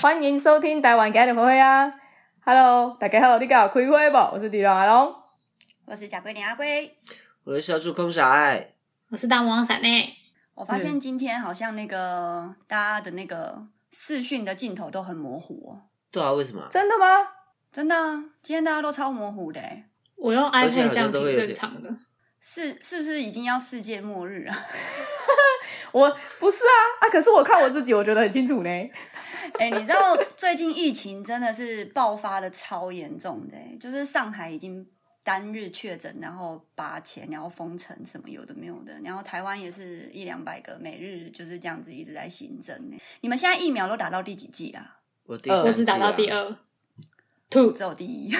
欢迎收听台湾家的朋友啊！Hello，大家好，你敢有开会不？我是迪龙阿龙。我是贾桂林阿龟。我是小主空小爱，我是大魔王闪欸内，我发现今天好像那个大家的那个视讯的镜头都很模糊哦，对啊，为什么啊？真的吗？真的、啊，今天大家都超模糊的欸，我用而且 iPad 好这像样都挺会有点正常的。是是不是已经要世界末日啊？我不是啊啊！可是我看我自己，我觉得很清楚呢。 哎、你知道最近疫情真的是爆发的超严重的欸，就是上海已经单日确诊，然后八千，然后封城什么有的没有的，然后台湾也是一两百个，每日就是这样子一直在新增呢。你们现在疫苗都打到第几剂啊？我第三季啊我只打到第，二，我只有第一。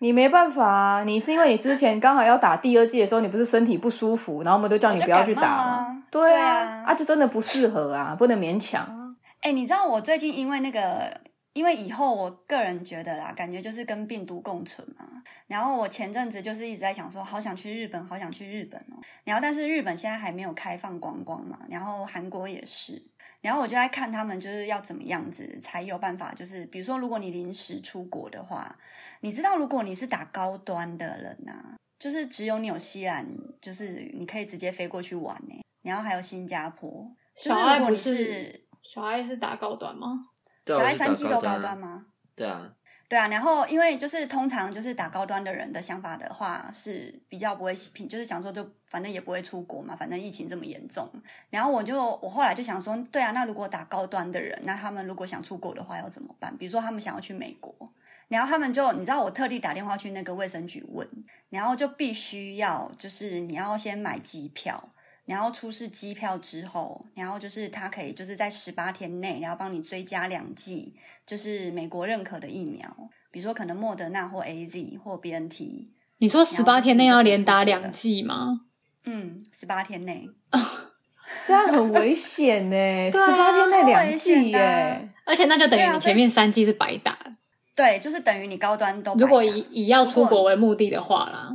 你没办法啊，你是因为你之前刚好要打第二剂的时候，你不是身体不舒服，然后我们都叫你不要去打我就感冒吗啊？对对啊啊，啊，就真的不适合啊，不能勉强啊。哎、你知道我最近因为那个，因为以后我个人觉得啦，感觉就是跟病毒共存嘛。然后我前阵子就是一直在想说，好想去日本，好想去日本哦。然后但是日本现在还没有开放观光嘛，然后韩国也是。然后我就在看他们就是要怎么样子才有办法，就是比如说，如果你临时出国的话，你知道如果你是打高端的人呐、就是只有纽西兰，就是你可以直接飞过去玩呢、然后还有新加坡，就小是爱如果不你是是小爱是打高端吗？对啊小我爱是打三 G 都高端端啊？吗？对啊，对啊，然后因为就是通常就是打高端的人的想法的话是比较不会平，就是想说就反正也不会出国嘛，反正疫情这么严重。然后我就我后来就想说，对啊，那如果打高端的人，那他们如果想出国的话要怎么办？比如说他们想要去美国，然后他们就你知道我特地打电话去那个卫生局问，然后就必须要就是你要先买机票，然后出示机票之后，然后就是他可以就是在十八天内，然后帮你追加两剂，就是美国认可的疫苗，比如说可能莫德纳或 A Z 或 B N T，你说十八天内要连打然后两就是剂吗？嗯，十八天内，这样很危险呢，对啊十八天内超两危剂险的啊耶。而且那就等对啊于你前面三剂是白打。对，就是等于你高端都白打如果以以要出国为目的的话啦，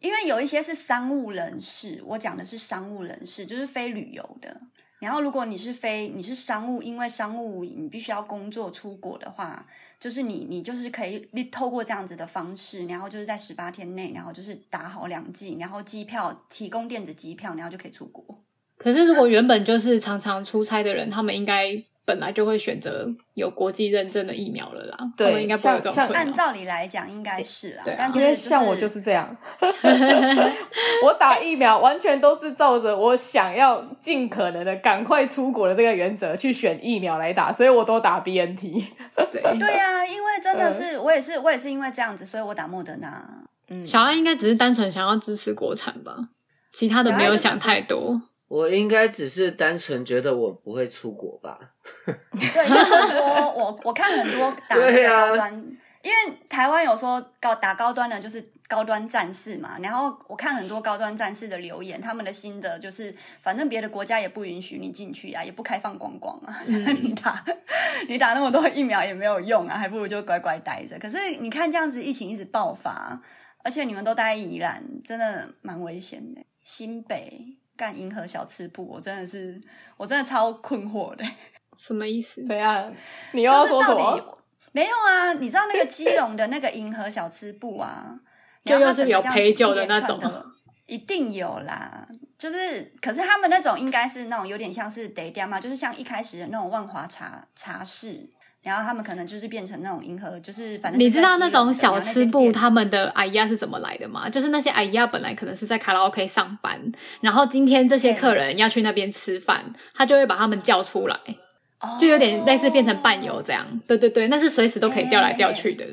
因为有一些是商务人士，我讲的是商务人士，就是非旅游的。然后，如果你是非你是商务，因为商务你必须要工作出国的话，就是你你就是可以利透过这样子的方式，然后就是在十八天内，然后就是打好两剂，然后机票提供电子机票，然后就可以出国。可是如果原本就是常常出差的人，他们应该本来就会选择有国际认证的疫苗了啦。对他们应该不会有这像种困按扰。照理来讲，应该是啦，对啊但是、因为像我就是这 样，我打疫苗完全都是照着我想要尽可能的赶快出国的这个原则去选疫苗来打，所以我都打 B N T。对，对啊，因为真的是、我也是我也是因为这样子，所以我打莫德纳。嗯小爱应该只是单纯想要支持国产吧，其他的没有想太多。我应该只是单纯觉得我不会出国吧？对，因为很多我我看很多打那对个啊高端，因为台湾有说高打高端的就是高端战士嘛，然后我看很多高端战士的留言，他们的心得就是，反正别的国家也不允许你进去啊，也不开放观光啊，嗯 你打你打那么多疫苗也没有用啊，还不如就乖乖待着。可是你看这样子疫情一直爆发，而且你们都待在宜兰，真的蛮危险的。新北干银河小吃部，我真的是我真的超困惑的。什么意思？怎样？你又要说什就是么？到底？没有啊，你知道那个基隆的那个银河小吃部啊， 就然后它又是整个有这样陪子一酒的连那串种啊的一定有啦。就是，可是他们那种应该是那种有点像是 day d 嘛，就是像一开始的那种万华茶茶室，然后他们可能就是变成那种银河，就是反正你就知在道基那隆种的然小后吃间部店他们的哎呀是怎么来的吗？就是那些哎呀本来可能是在卡拉 OK 上班，然后今天这些客人要去那边吃饭，他就会把他们叫出来，就有点类似变成伴游哦这样。对对对，那是随时都可以调来调去的。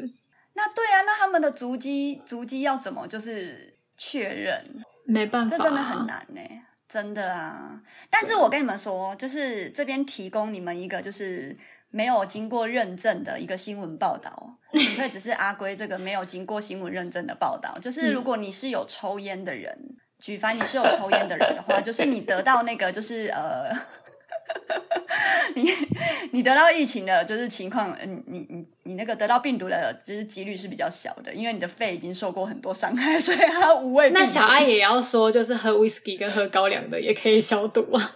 那对啊，那他们的足迹足迹要怎么就是确认？没办法、啊这真的很。难呢、真的啊！但是我跟你们说，就是这边提供你们一个就是没有经过认证的一个新闻报 道，纯粹只是阿龟这个没有经过新闻认证的报嗯道。就是如果你是有抽烟的人，举凡你是有抽烟的人的 话，就是你得到那个就是呃。 你你得到疫情的，就是情况，呃你你你你那个得到病毒的，就是几率是比较小的，因为你的肺已经受过很多伤害，所以它无畏病毒。那小爱也要说，就是喝 whisky 跟喝高粱的也可以消毒啊。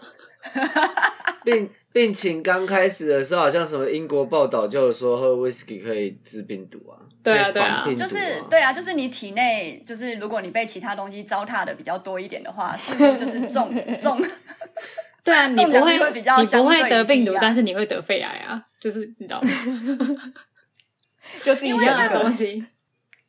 并病情刚开始的时候，好像什么英国报道就有说喝 whisky 可以治病毒啊，对可啊以防对啊病毒就是啊对啊，就是你体内就是如果你被其他东西糟蹋的比较多一点的话，似乎就是 中中对啊， 你中不奖会率会比较你不相会对得病低毒，啊但是你会得肺癌啊，就是你 知道就自己一为想样像的的东西。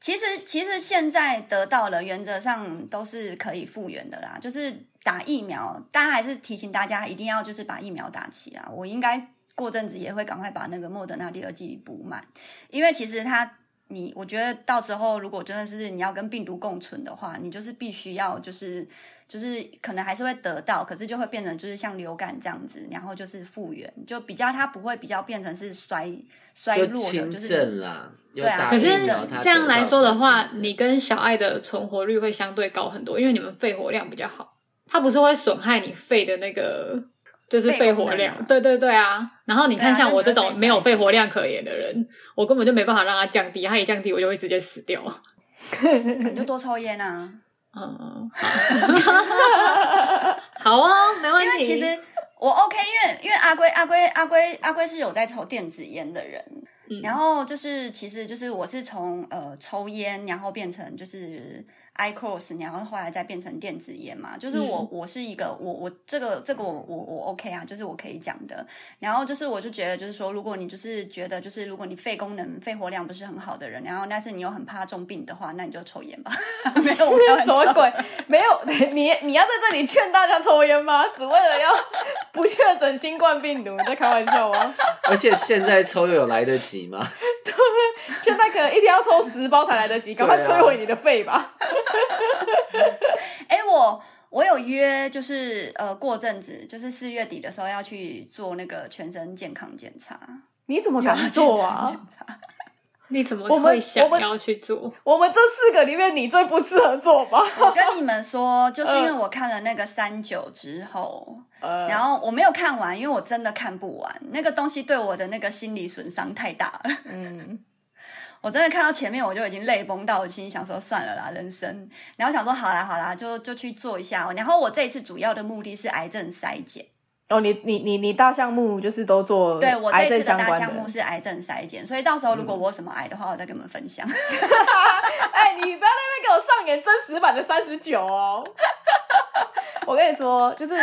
其实，其实现在得到了，原则上都是可以复原的啦。就是打疫苗，大家还是提醒大家一定要就是把疫苗打齐啊。我应该过阵子也会赶快把那个莫德纳第二剂补满，因为其实它你，我觉得到时候如果真的是你要跟病毒共存的话，你就是必须要就是就是可能还是会得到，可是就会变成就是像流感这样子，然后就是复原，就比较它不会比较变成是衰衰就落的，轻就是症啦。有对啊打可疫是苗他这样来说的得话到，轻症你跟小爱的存活率会相对高很多，因为你们肺活量比较好，它不是会损害你肺的那个就是肺活肺功能量啊。对对对啊，然后你看对啊像我这那你种会没有被肺活量可言的人，我根本就没办法让它降低，它一降低我就会直接死掉。你就多抽烟啊。嗯，好好哦，没问因为题。其实我 OK，因为因为阿龟阿龟阿龟阿龟是有在抽电子烟的人，嗯然后就是其实就是我是从呃抽烟，然后变成就是 i cross，然后后来再变成电子烟嘛，就是我、我是一个我我这个这个我我我 OK 啊，就是我可以讲的。然后就是我就觉得就是说，如果你就是觉得就是如果你肺功能肺活量不是很好的人，然后但是你又很怕重病的话，那你就抽烟吧。 没有，我开玩 什么笑。鬼？没有你，你要在这里劝大家抽烟吗？只为了要不确诊新冠病毒？你在开玩笑吗？而且现在抽又有来得及吗？ 现在可能一天要抽十包才来得及，赶快对啊摧毁你的肺吧！哎、我我有约，就是呃，过阵子就是四月底的时候要去做那个全身健康检查，你怎么敢做有啊？健康检查你怎么我们会想我们要去做？我们这四个里面，你最不适合做吧？我跟你们说， 就是因为嗯我看了那个三九之后，呃，然后我没有看完，因为我真的看不完，那个东西对我的那个心理损伤太大了。 嗯，我真的看到前面我就已经泪崩到，我心里想说算了啦，人生。然后想说好啦好啦，就就去做一下。哦然后我这一次主要的目的是癌症筛检。哦，你你你你大项目就是都做对我这癌一症次的相大关项的嗯目。是癌症筛检，所以到时候如果我有什么癌的话，我再跟你们分享。 哎、你不要在那边给我上演真实版的三十九哦！我跟你说，就是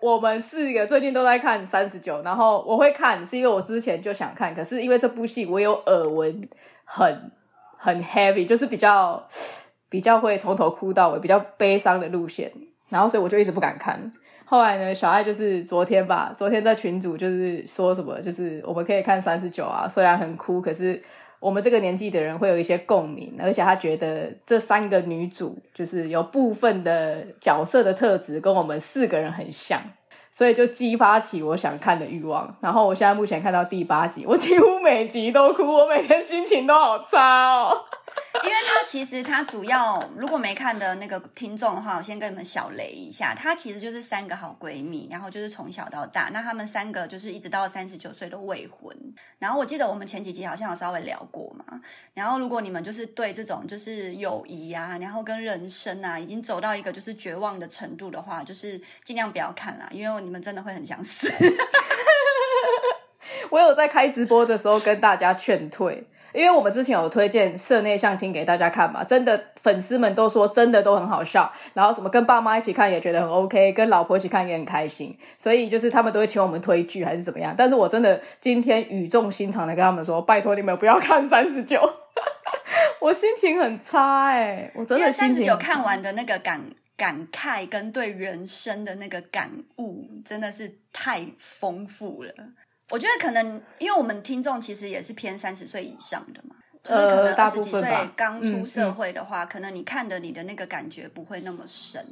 我们四个最近都在看三十九，然后我会看，是因为我之前就想看，可是因为这部戏我有耳闻很很 heavy，就是比较比较会从头哭到尾，比较悲伤的路线，然后所以我就一直不敢看。后来呢，小爱就是昨天吧，昨天在群组就是说什么，就是我们可以看三十九啊，虽然很哭，可是我们这个年纪的人会有一些共鸣，而且他觉得这三个女主就是有部分的角色的特质跟我们四个人很像。所以就激发起我想看的欲望，然后我现在目前看到第八集，我几乎每集都哭，我每天心情都好差哦。因为它其实它主要，如果没看的那个听众的话，我先跟你们小雷一下，它其实就是三个好闺蜜，然后就是从小到大，那她们三个就是一直到三十九岁都未婚。然后我记得我们前几集好像有稍微聊过嘛。然后如果你们就是对这种就是友谊啊，然后跟人生啊，已经走到一个就是绝望的程度的话，就是尽量不要看啦，因为你们真的会很想死。我有在开直播的时候跟大家劝退，因为我们之前有推荐社内相亲给大家看嘛，真的粉丝们都说真的都很好笑，然后什么跟爸妈一起看也觉得很 OK，跟老婆一起看也很开心，所以就是他们都会请我们推剧还是怎么样，但是我真的今天语重心长的跟他们说，拜托你们不要看三十九。 我心情很差哎、我真因为的心三情十很九差看完的那个感感慨跟对人生的那个感悟，真的是太丰富了。我觉得可能因为我们听众其实也是偏三十岁以上的嘛，就是可呃能大二十部几分岁吧刚出嗯社嗯会的话，可能你看的你的那个感觉不会那么深。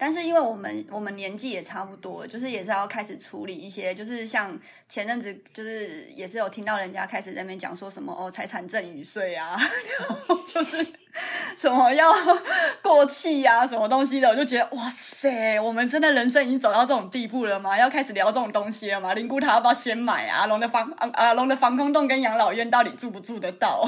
但是因为我们我们年纪也差不多，就是也是要开始处理一些，就是像前阵子就是也是有听到人家开始在那边讲说什么哦财产赠与税啊，然 后就是什么要过气啊，什么东西的，我就觉得哇塞，我们真的人生已经走到这种地步了吗？要开始聊这种东西了吗？灵菇塔要不要先买啊？阿龙的防啊阿龙的防空洞跟养老院到底住不住得到？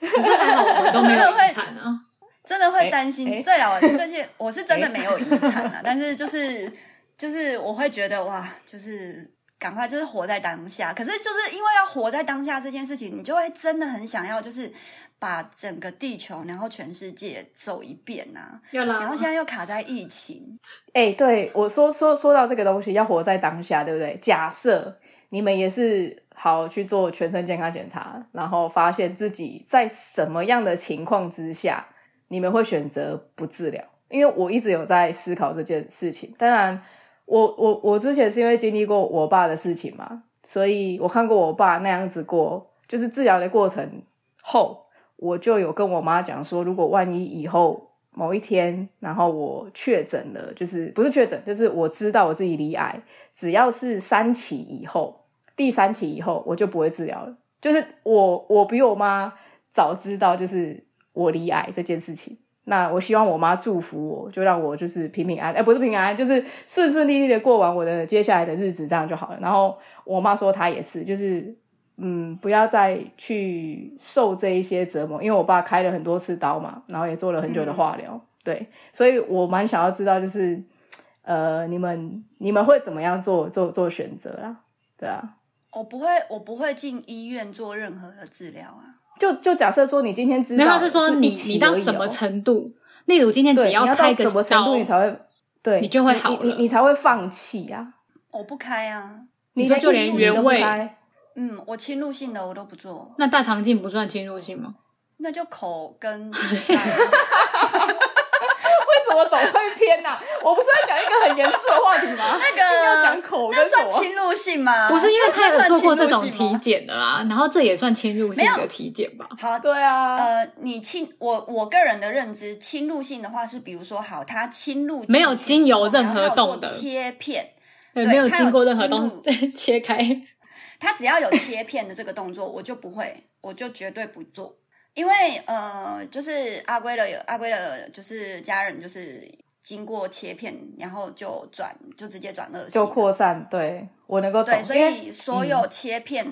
可是还好我们都没有真的会遗产啊。真的会哎担心。哎对了，这些我是真的没有遗产啊，但是就是就是我会觉得哇，就是赶快就是活在当下。可是就是因为要活在当下这件事情，你就会真的很想要就是把整个地球，然后全世界走一遍呐、要啦然后现在又卡在疫情，哎、对我说说说到这个东西，要活在当下，对不对？假设你们也是好去做全身健康检查，然后发现自己在什么样的情况之下，你们会选择不治疗？因为我一直有在思考这件事情。当然，我我我之前是因为经历过我爸的事情嘛，所以我看过我爸那样子过，就是治疗的过程后，我就有跟我妈讲说，如果万一以后某一天，然后我确诊了，就是不是确诊，就是我知道我自己罹癌，只要是三期以后，第三期以后我就不会治疗了。就是我我比我妈早知道，就是我罹癌这件事情。那我希望我妈祝福我，就让我就是平平安，哎、不是平安，就是顺顺利利的过完我的接下来的日子，这样就好了。然后我妈说她也是，就是嗯，不要再去受这一些折磨，因为我爸开了很多次刀嘛，然后也做了很久的化疗，对，所以我蛮想要知道，就是呃，你们你们会怎么样做做做选择啦？对啊，我不会，我不会进医院做任何的治疗啊。就就假设说你今天知没道有，了，他是说你一起你到而已什么哦程度，例如今天对，只你要开到一个什么程刀度你才会对，你就会你好你了你才会放弃啊！我不开啊，你的说就一连起原都不味开 嗯，我侵入性的我都不做，那大肠镜不算侵入性吗？那就口跟 为什么总会偏呐、我不是在讲一个很严肃的话题 吗？那要讲个口啊跟那算什么？侵入性吗？啊不是，因为他啊那有算做过侵这入种性体吗检的啦，然后这也算侵入性没的有体检吧？好，对啊，呃，你侵我我个人的认知，侵入性的话是，比如说好，它侵入没有进去经由之后任然后何它有做动的切片，对，对没有他经有过任何进东入 切开，它只要有切片的这个动作，我就不会，我就绝对不做。因为呃，就是阿龟的阿龟的，就是家人就是经过切片，然后就转就直接转恶性就了，扩散，对我能够懂对，，所因为嗯以所有切片，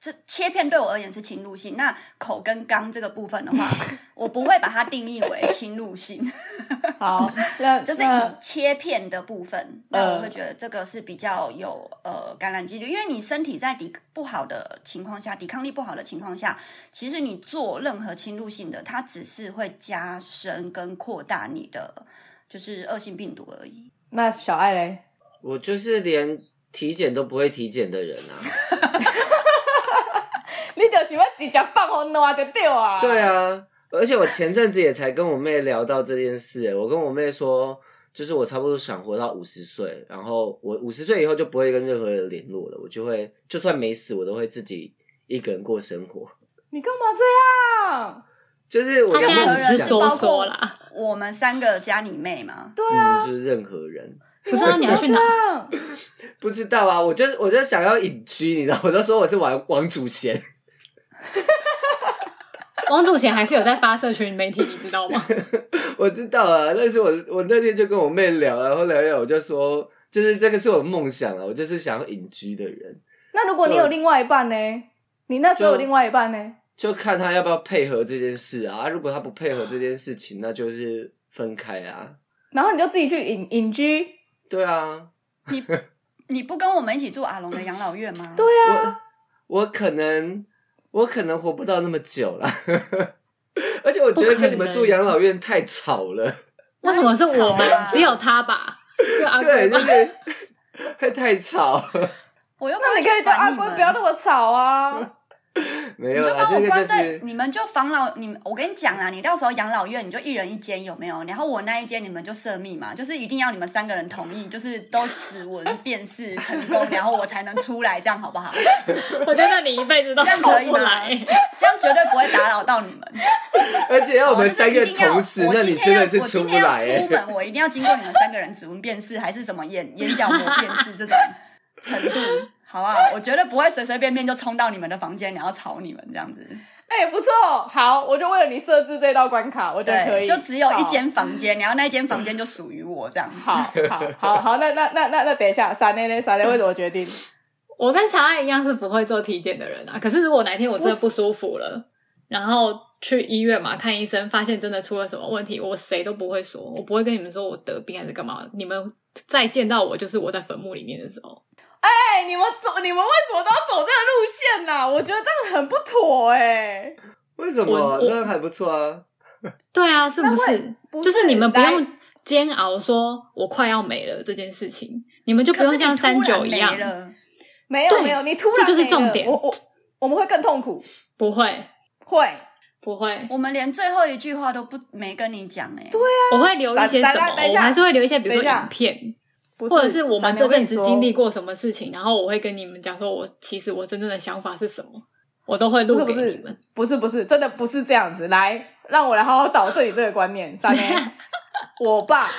这切片对我而言是侵入性。那口跟肛这个部分 的话，我不会把它定义为侵入性， 嗯 好，那就是以那切片的部分，那嗯我会觉得这个是比较有呃感染几率，因为你身体在抵不好的情况下，抵抗力不好的情况下，其实你做任何侵入性的，它只是会加深跟扩大你的就是恶性病毒而已。那小爱嘞，我就是连体检都不会体检的人啊。你就是要直接放红暖就对啊， 对，啊，而且我前阵子也才跟我妹聊到这件事、欸我跟我妹说，就是我差不多想活到五十岁，然后我五十岁以后就不会跟任何人联络了，我就会就算没死，我都会自己一个人过生活。你干嘛这样？就是我他现在原本只是想说包括说啦，我们三个加你妹嘛，对啊，嗯，就是任何人不是啊？你要去哪？这样不知道啊，我就我就想要隐居，你知 道，我都说我是王王祖贤， 王祖贤还是有在发社群媒体，你知道吗？我知道啊，但是我我那天就跟我妹聊，然后聊一聊，我就说，就是这个是我的梦想啊，我就是想要隐居的人，那如果你有另外一半呢？你那时候有另外一半呢？就看他要不要配合这件事啊。啊如果他不配合这件事情，那就是分开啊。然后你就自己去隐隐居，对啊，你你不跟我们一起住阿龙的养老院吗？对啊，我我可能我可能活不到那么久啦。 而且我觉得跟你们住养老院太吵了。为什么是我们很吵啊？只有他吧？就啊阿对，贵就吧？是会太吵，我又不那会你可以去叫阿烦你龟们，不要那么吵啊。没有你就啦，把这我个关就在，是你们就防老，你们我跟你讲啦，你到时候养老院你就一人一间有没有？然后我那一间你们就设密码，就是一定要你们三个人同意，就是都指纹辨识成功，然后我才能出来，这样好 不好？我觉得你一辈子都这样好可以不吗来。这样绝对不会打扰到你们。而且要我们就是三个哦一定要同时，我那今你天真要的是我出今不天要来欸出。门我一定要经过你们三个人指纹辨识，还是什么眼眼角膜辨识这种程度，好不好？我绝对不会随随便便就冲到你们的房间，然后吵你们这样子。哎、不错，好，我就为了你设置这道关卡，我觉得可以，就只有一间房嗯间，然后那一间房间就属于我这样子。好。好，好，好，好，那那那那那等一下，傻内内，傻内会怎么决定？我跟小爱一样是不会做体检的人啊。可是如果哪天我真的不舒服了，然后去医院嘛看医生，发现真的出了什么问题，我谁都不会说，我不会跟你们说我得病还是干嘛。你们再见到我就是我在坟墓里面的时候，哎、哎、你们走，你们为什么都要走这个路线呐、我觉得这样很不妥哎、 为什我么？我这样还不错啊。对啊，是不是？不就是你们不来用煎熬，说我快要没了这件事情，你们就不可用是像你突三然九一没样，了没有对没有，你突然这就没是了重点我我我们会更痛苦，不会，会不会，我们连最后一句话都不没跟你讲哎、对我会留一些咱什咱么俩？等一我下还是会留一些，比如说等一下影片，不或者是我们这阵子经历过。过什么事情，然后我会跟你们讲，说我其实我真正的想法是什么，我都会录不给是你们。不是不是，真的不是这样子。来，让我来好好导正你这个观念。三年，我爸，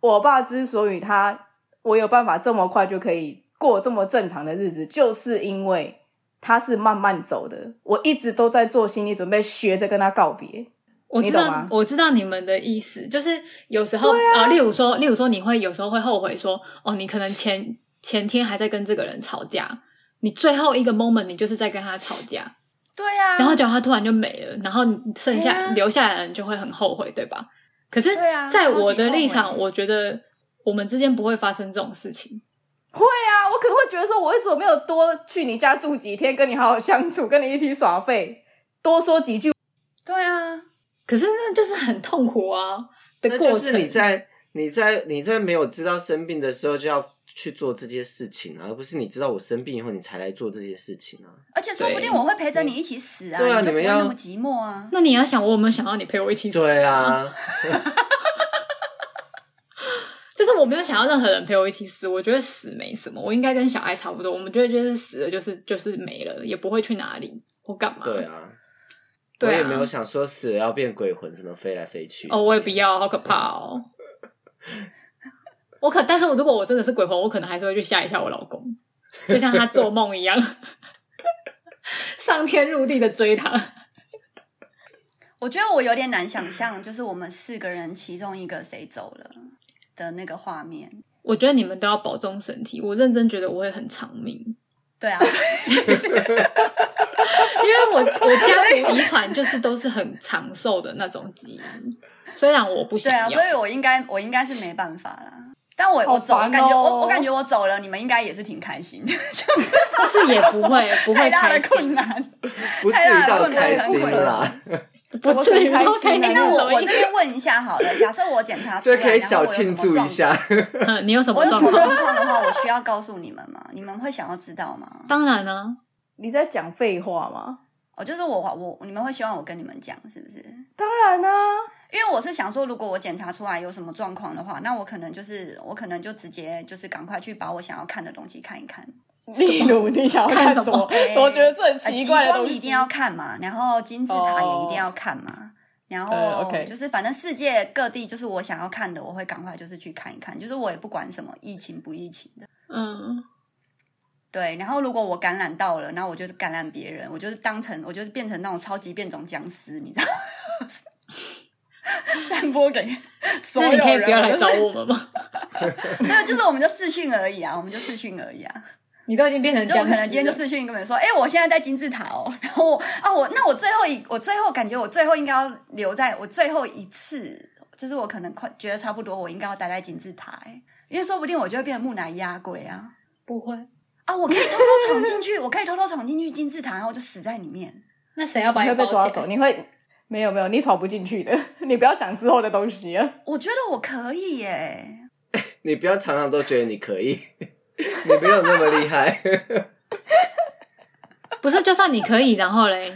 我爸之所以他我有办法这么快就可以过这么正常的日子，就是因为他是慢慢走的。我一直都在做心理准备，学着跟他告别。我你知懂道吗，我知道你们的意思，就是有时候啊、例如说，例如说，你会有时候会后悔说，哦，你可能前前天还在跟这个人吵架，你最后一个 moment 你就是在跟他吵架，对呀、啊，然后结果他突然就没了，然后你剩下、对啊留下来的人就会很后悔，对吧？可是对啊，在超级我的立后场，悔我觉得我们之间不会发生这种事情。会啊，我可能会觉得说，我为什么没有多去你家住几天，跟你好好相处，跟你一起耍废，多说几句。对啊，可是那就是很痛苦啊的那过程。就是你在你在你在没有知道生病的时候就要去做这些事情啊，而不是你知道我生病以后你才来做这些事情啊。而且说不定我会陪着你一起死啊，对啊你就不会你们要那么寂寞啊。那你要想，我有没有想要你陪我一起死？对啊，就是我没有想要任何人陪我一起死，我觉得死没什么，我应该跟小爱差不多。我们觉得就是死了，就是就是没了，也不会去哪里，我干 嘛？对啊， 对啊我也没有想说死了要变鬼魂，什么飞来飞去。哦，我也不。要，好可怕哦！ 我可，但是我如果我真的是鬼魂，我可能还是会去吓一吓我老公，就像他做梦一样， 上天入地的追他。我觉得我有点难想象，就是我们四个人其中一个谁走了的那个画面。我觉得你们都要保重身体，我认真觉得我会很长命。对啊， 因为我我家族遗传就是都是很长寿的那种基因，虽然我不对想啊，要，所以我应该我应该是没办法啦。但我、好我走，烦哦我感觉我我感觉我走了，你们应该也是挺开心的，就是但是也不 会不太会大开的困心，难。不至于到哎开心啦，不至于怎到么可开以开心呢那心到我什么我意这思。边问一下好了，假设我检查出这来，啊可以然后我小有什么庆祝一下。嗯，你有什状况。我么有什状么状况？况的话，我需要告诉你们吗？你们会想要知道吗？当然啊，你在讲废话吗？哦，就是我我你们会希望我跟你们讲，是不是？当然啊啦、因为我是想说，如果我检查出来有什么状况的话，那我可能就是我可能就直接就是赶快去把我想要看的东西看一看。 例如你想要看看什什么么？哎我觉得是很呃，奇极怪的光东西。哦一定要看嘛，然后金字塔也一定要看嘛。然呃后，OK 就是，反正世界各地就是我想要看的，我会赶快就是去看一看，就是我也不管什么疫情不疫情的。嗯，对，然后如果我感染到了，那我就是感染别人，我就是当成我就是变成那种超级变种僵尸，你知道吗？ 散播给所那有你人。可以不要来就是找我们吗？ 对，就是我们就视讯而已啊，我们就视讯而已啊。你都已经变成就僵我尸可了，能今天就视讯跟你们说，哎、我现在在金字塔哦。然后我啊，我那我最后一，我最后感觉我最后应该要留在我最后一次，就是我可能快觉得差不多，我应该要待在金字塔、哎，因为说不定我就会变成木乃伊阿鬼啊。不会。啊！我可以偷偷闯进去，我可以偷偷闯进去金字塔，然后我就死在里面。那谁要把你你会被抓包起走，来？你会没有没有，你闯不进去的。 你不要想之后的东西啊。我觉得我可以耶、 你不要常常都觉得你可以，你没有那么厉害。 不是，就算你可以，然后嘞，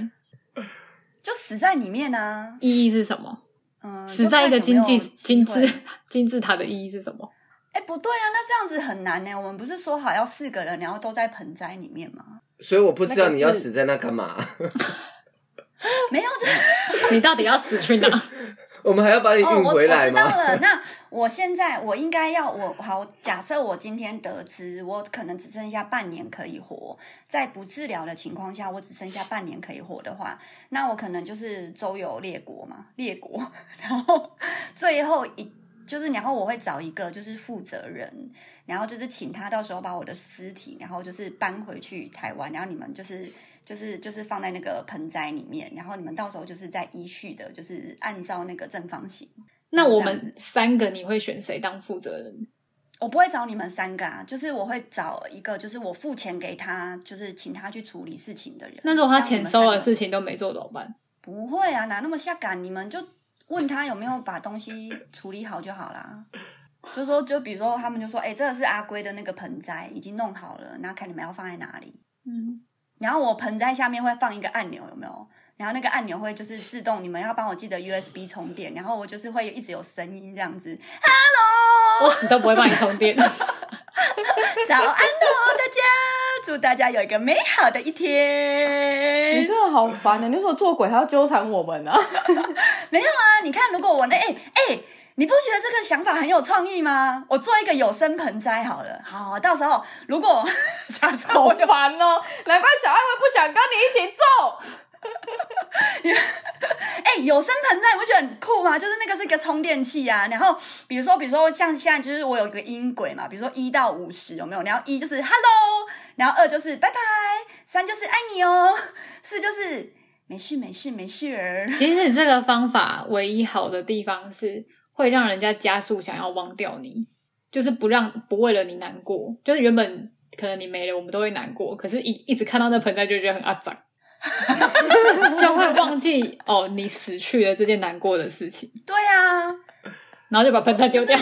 就死在里面啊。意义是什么？嗯，死在一个就金看有没字有机金会字 金字塔的意义是什么？哎、不对啊，那这样子很难呢、我们不是说好要四个人，然后都在盆栽里面吗？所以我不知道那个是你要死在那干嘛， 没有，就是你到底要死去哪？ 我们还要把你哦，运我回我来知道吗？了，那我现在我应该要我好，假设我今天得知我可能只剩下半年可以活，在不治疗的情况下，我只剩下半年可以活的话，那我可能就是周游列国嘛，列国， 然后最后一。就是，然后我会找一个就是负责人，然后就是请他到时候把我的尸体，然后就是搬回去台湾，然后你们就是就是就是放在那个盆栽里面，然后你们到时候就是在依序的，就是按照那个正方形那我这样们子三个你会选谁当负责人？我不会找你们三个啊，就是我会找一个，就是我付钱给他，就是请他去处理事情的人。那如果他钱收了是事情都没做怎么办？不会啊，哪那么下岗？你们就问他有没有把东西处理好就好啦。就说，就比如说，他们就说，哎、这个是阿龟的那个盆栽，已经弄好了，然后看你们要放在哪里。嗯，然后我盆栽下面会放一个按钮，有没有？然后那个按钮会就是自动，你们要帮我记得 USB 充电，然后我就是会一直有声音这样子，Hello，我死都不会帮你充 电。早安哦，大家，祝大家有一个美好的一天你。真的好烦啊！你为什么做鬼还要纠缠我们 呢、啊？没有啊，你看，如果我那哎哎。你不觉得这个想法很有创意吗？我做一个有生盆栽好了，好，到时候如果 假设好我有烦哦！难怪小爱会不想跟你一起做。哎、有生盆栽，你不觉得很酷吗？就是那个是一个充电器啊。然后比如说，比如说像现在就是我有一个音轨嘛，比如说一到五十有没有？然后一就是 hello，然后二就是拜拜，三就是爱你哦，四就是没事没事没事儿。其实这个方法唯一好的地方是会让人家加速想要忘掉你，就是不让不为了你难过。就是原本可能你没了，我们都会难过，可是一一直看到那盆栽就觉得很阿脏， 就会忘记哦你死去了这件难过的事情，对啊，然后就把盆栽丢掉，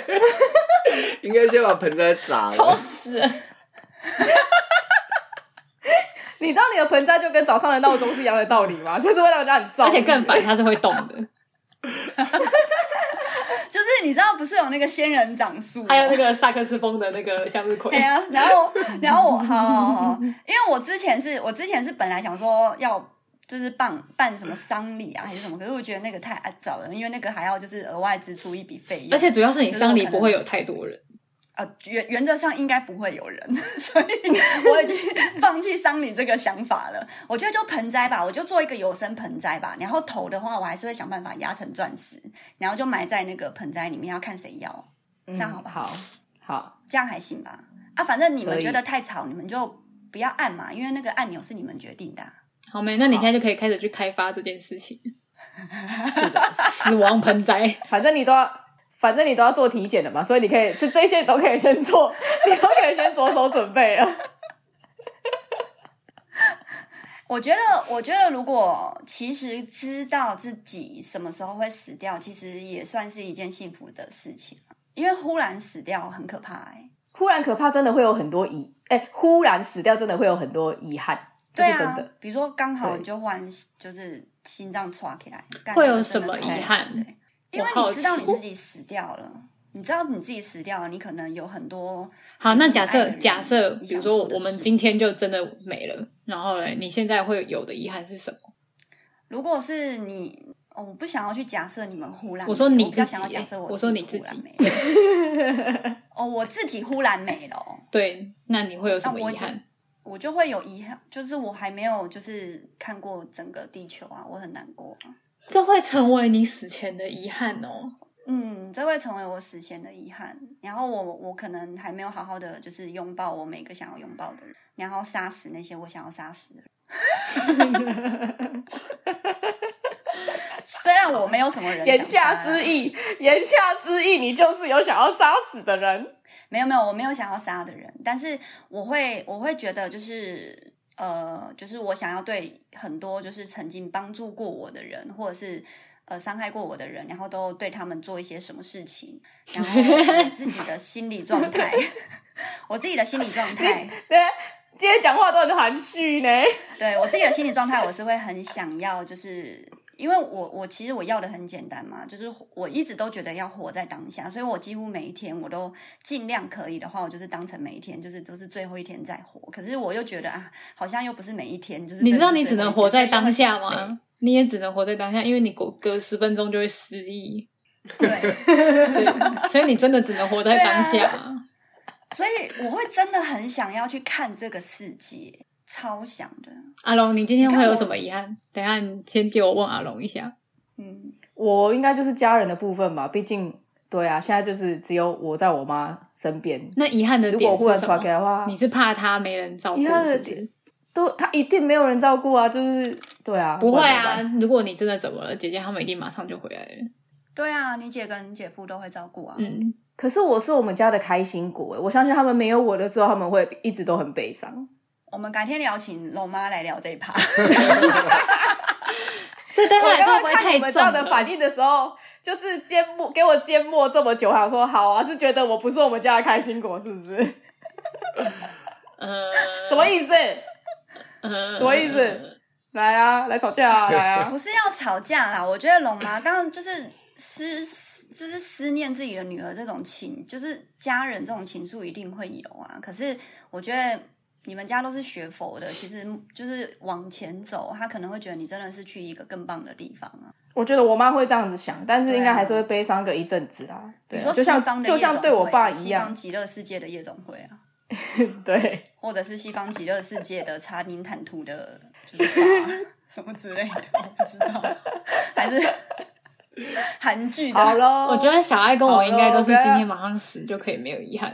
应该先把盆栽砸愁了。死了。你知道你的盆栽就跟早上的闹钟是一样的道理吗？ 就是会让人家很燥，而且更烦，它是会动 的。就是你知道不是有那个仙人掌树吗，还有那个萨克斯风的那个向日葵对，啊，然后然后我好好好，因为我之前是我之前是本来想说要。就是办办什么丧礼啊，还是什么？可是我觉得那个太阿早了，因为那个还要就是额外支出一笔费用，而且主要是你就是丧我礼可不能会有太多人，呃，原原则上应该不会有人， 所以我已经放弃丧礼这个想法了。我觉得就盆栽吧，我就做一个有生盆栽吧。然后头的话，我还是会想办法压成钻石，然后就埋在那个盆栽里面，要看谁要，这样好吧嗯好，好，这样还行吧？啊，反正你可们以觉得太吵，你们就不要按嘛，因为那个按钮是你们决定的啊、好没？那你现在就可以开始去开发这件事 情。死亡盆栽，反正你都要，反正你都要做体检的嘛，所以你可以这这些你都可以先做， 你都可以先着手准备了。我觉得，我觉得如果其实知道自己什么时候会死掉，其实也算是一件幸福的事情啊因为忽然死掉很可怕哎、忽然可怕，真的会有很多遗，哎、忽然死掉，真的会有很多遗憾，这对是啊，真的。比如说刚好对你就换，就是心脏抓起来，干会 那个有真的什么超遗憾难的因为我好你知道奇你自己死掉了，你知道你自己死掉了，你可能有很多好，那你假爱设的人假设，你比想如说做的我们事今天就真的没了，然后嘞，你现在会有的遗憾是什么？如果是你，哦我不想要去假设你们忽然没了，我说你比较自己想要欸假设我我说你忽自然己没了哦，我自己忽然没 了哦，对，那你会有什那么我遗就憾？我就会有遗憾，就是我还没有就是看过整个地球啊，我很难过啊。这会成为你死前的遗憾哦。嗯，这会成为我死前的遗憾。然后我我可能还没有好好的就是拥抱我每个想要拥抱的人，然后杀死那些我想要杀死 的人。虽然我没有什么人言想杀下啦啊之意，言下之意，你就是有想要杀死的人。没有没有，我没有想要杀的人，但是我会我会觉得就是呃，就是我想要对很多就是曾经帮助过我的人，或者是呃伤害过我的人，然后都对他们做一些什么事情，然后我自己的心理状态，我自己的心理状态，对，今天讲话都很含蓄呢。对我自己的心理状态，我是会很想要就是。因为我我其实我要的很简单嘛，就是我一直都觉得要活在当下，所以我几乎每一天我都尽量可以的话，我就是当成每一天就是都是最后一天在活。可是我又觉得啊，好像又不是每一天，就是你知真的道是你只最后能一天活在当下？所以又很吗？你也只能活在当下，因为你隔隔十分钟就会失忆，对，对，所以你真的只能活在当 对啊下。所以我会真的很想要去看这个世界，超想的。阿龙，你今天你看会有我什么遗憾？等一下你先借我问阿龙一下。嗯，我应该就是家人的部分吧，毕竟对啊，现在就是只有我在我妈身边。那遗憾的如点果我忽然是什传给么？她的话，你是怕他没人照顾？遗憾的是不是点都她一定没有人照顾啊，就是对啊，不会然怎么啊办，！如果你真的怎么了，姐姐他们一定马上就回来了。对啊，你姐跟你姐夫都会照顾啊。嗯，可是我是我们家的开心果欸，我相信他们没有我的时候，他们会一直都很悲伤。我们改天聊，请龙妈来聊这一趴。这对他我来说刚刚会不会看你太们这重样了？的反应的时候，就是缄默，给我缄默这么久，我想说好啊，是觉得我不是我们家的开心果是不是？呃，什么意思？呃什么意思？来啊，来吵架 啊，来啊！不是要吵架啦，我觉得龙 妈当然就是思就是思念自己的女儿这种情，就是家人这种情愫一定会有啊。可是我觉得你们家都是学佛的，其实就是往前走，他可能会觉得你真的是去一个更棒的地方啊。我觉得我妈会这样子想，但是应该还是会悲伤个一阵子啦。对比啊，如说就西像方的就夜总像对我会爸一西方样，极乐世界的夜总会啊， 对。或者是西方极乐世界的查宁坦图的，就是吧 什么之类的，我不知道，还是韩剧的。好啊喽，我觉得小爱跟我应该都是好了今天马上死就可以没有遗憾，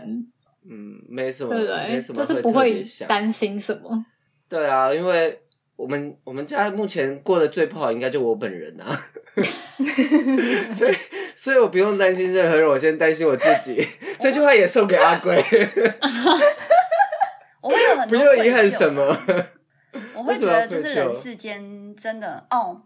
嗯，没什么，对不没对？什么，就是不特会别想。担心什么。对啊，因为我们我们家目前过得最不好，应该就我本 人啊，所以所以我不用担心任何人，我先担心我自 己。这句话也送给阿龟，我会有很不多用愧遗憾疚什么。 我会觉得就是人世间真的哦，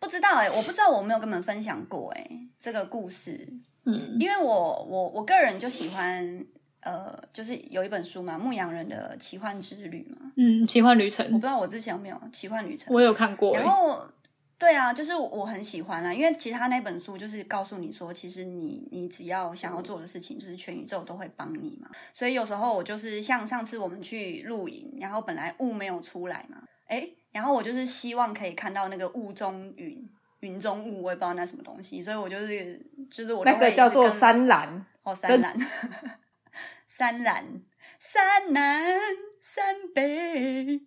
不知道哎、我不知道我没有跟你们分享过哎、这个故事，嗯，因为我我我个人就喜欢呃，就是有一本书嘛，《牧羊人的奇幻之旅》嘛，嗯，奇幻旅我不程知道我之前有没有奇幻旅程，我有看过、欸然，后对啊，就是我很喜欢啊啦，因为其实他那本书就是告诉你说，其实你你只要想要做的事情，就是全宇宙都会帮你嘛。所以有时候我就是像上次我们去露营，然后本来雾没有出来嘛，诶，然后我就是希望可以看到那个雾中云。云中雾，我也不知道那什么东西，所以我就是就是我都那会个一直叫做跟山岚，哦，山南，山南，山南，山北。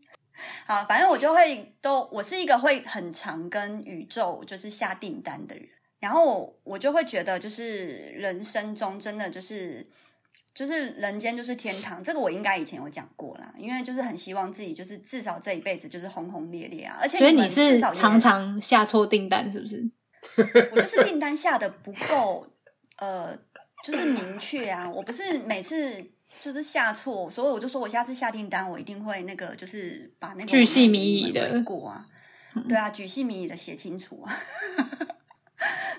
好，反正我就会都，我是一个会很常跟宇宙就是下订单的人，然后我我就会觉得，就是人生中真的就是就是人间就是天堂，这个我应该以前有讲过啦，因为就是很希望自己就是至少这一辈子就是轰轰烈烈啊，而且所以你你们至是少也常常下错订单，是不是？我就是订单下的不够，呃，就是明确啊。我不是每次就是下错，所以我就说我下次下订单，我一定会那个，就是把那个巨细靡遗的嗯过啊，对啊，举细迷遗的写清楚啊。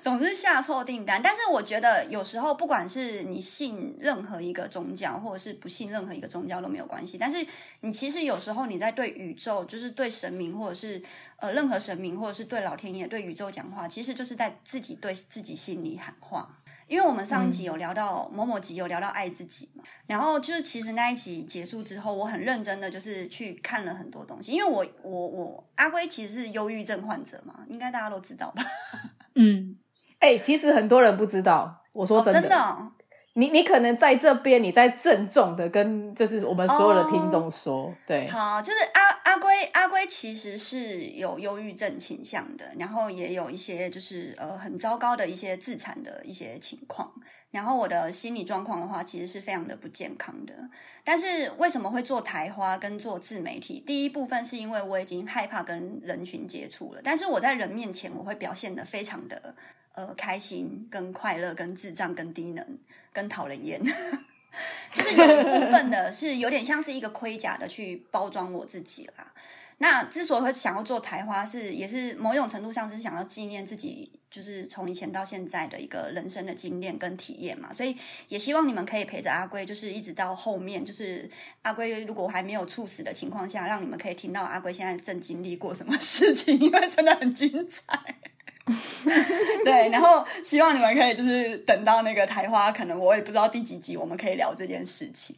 总之下错订单，但是我觉得有时候不管是你信任何一个宗教，或者是不信任何一个宗教都没有关系。但是你其实有时候你在对宇宙，就是对神明，或者是呃任何神明，或者是对老天爷、对宇宙讲话，其实就是在自己对自己心里喊话。因为我们上嗯一集有聊到、某某集有聊到爱自己嘛，然后就是其实那一集结束之后，我很认真的就是去看了很多东西，因为我我我阿龟其实是忧郁症患者嘛，应该大家都知道吧？嗯，哎、其实很多人不知道。我说真哦、真的哦你你可能在这边，你在郑重的跟就是我们所有哦的听众说，对，好，就是呃阿阿龟阿龟其实是有忧郁症倾向的，然后也有一些就是呃很糟糕的一些自残的一些情况。然后我的心理状况的话，其实是非常的不健康的。但是为什么会做台花跟做自媒体？第一部分是因为我已经害怕跟人群接触了，但是我在人面前我会表现的非常的呃开心、跟快乐、跟智障、跟低能、跟讨人厌。就是有一部分的是有点像是一个盔甲的去包装我自己啦。那之所以会想要做台花是，也是某种程度上是想要纪念自己，就是从以前到现在的一个人生的经验跟体验嘛。所以也希望你们可以陪着阿龟，就是一直到后面，就是阿龟如果还没有猝死的情况下，让你们可以听到阿龟现在正经历过什么事情，因为真的很精彩。 对，然后希望你们可以就是等到那个台花，可能我也不知道第几集，我们可以聊这件事情。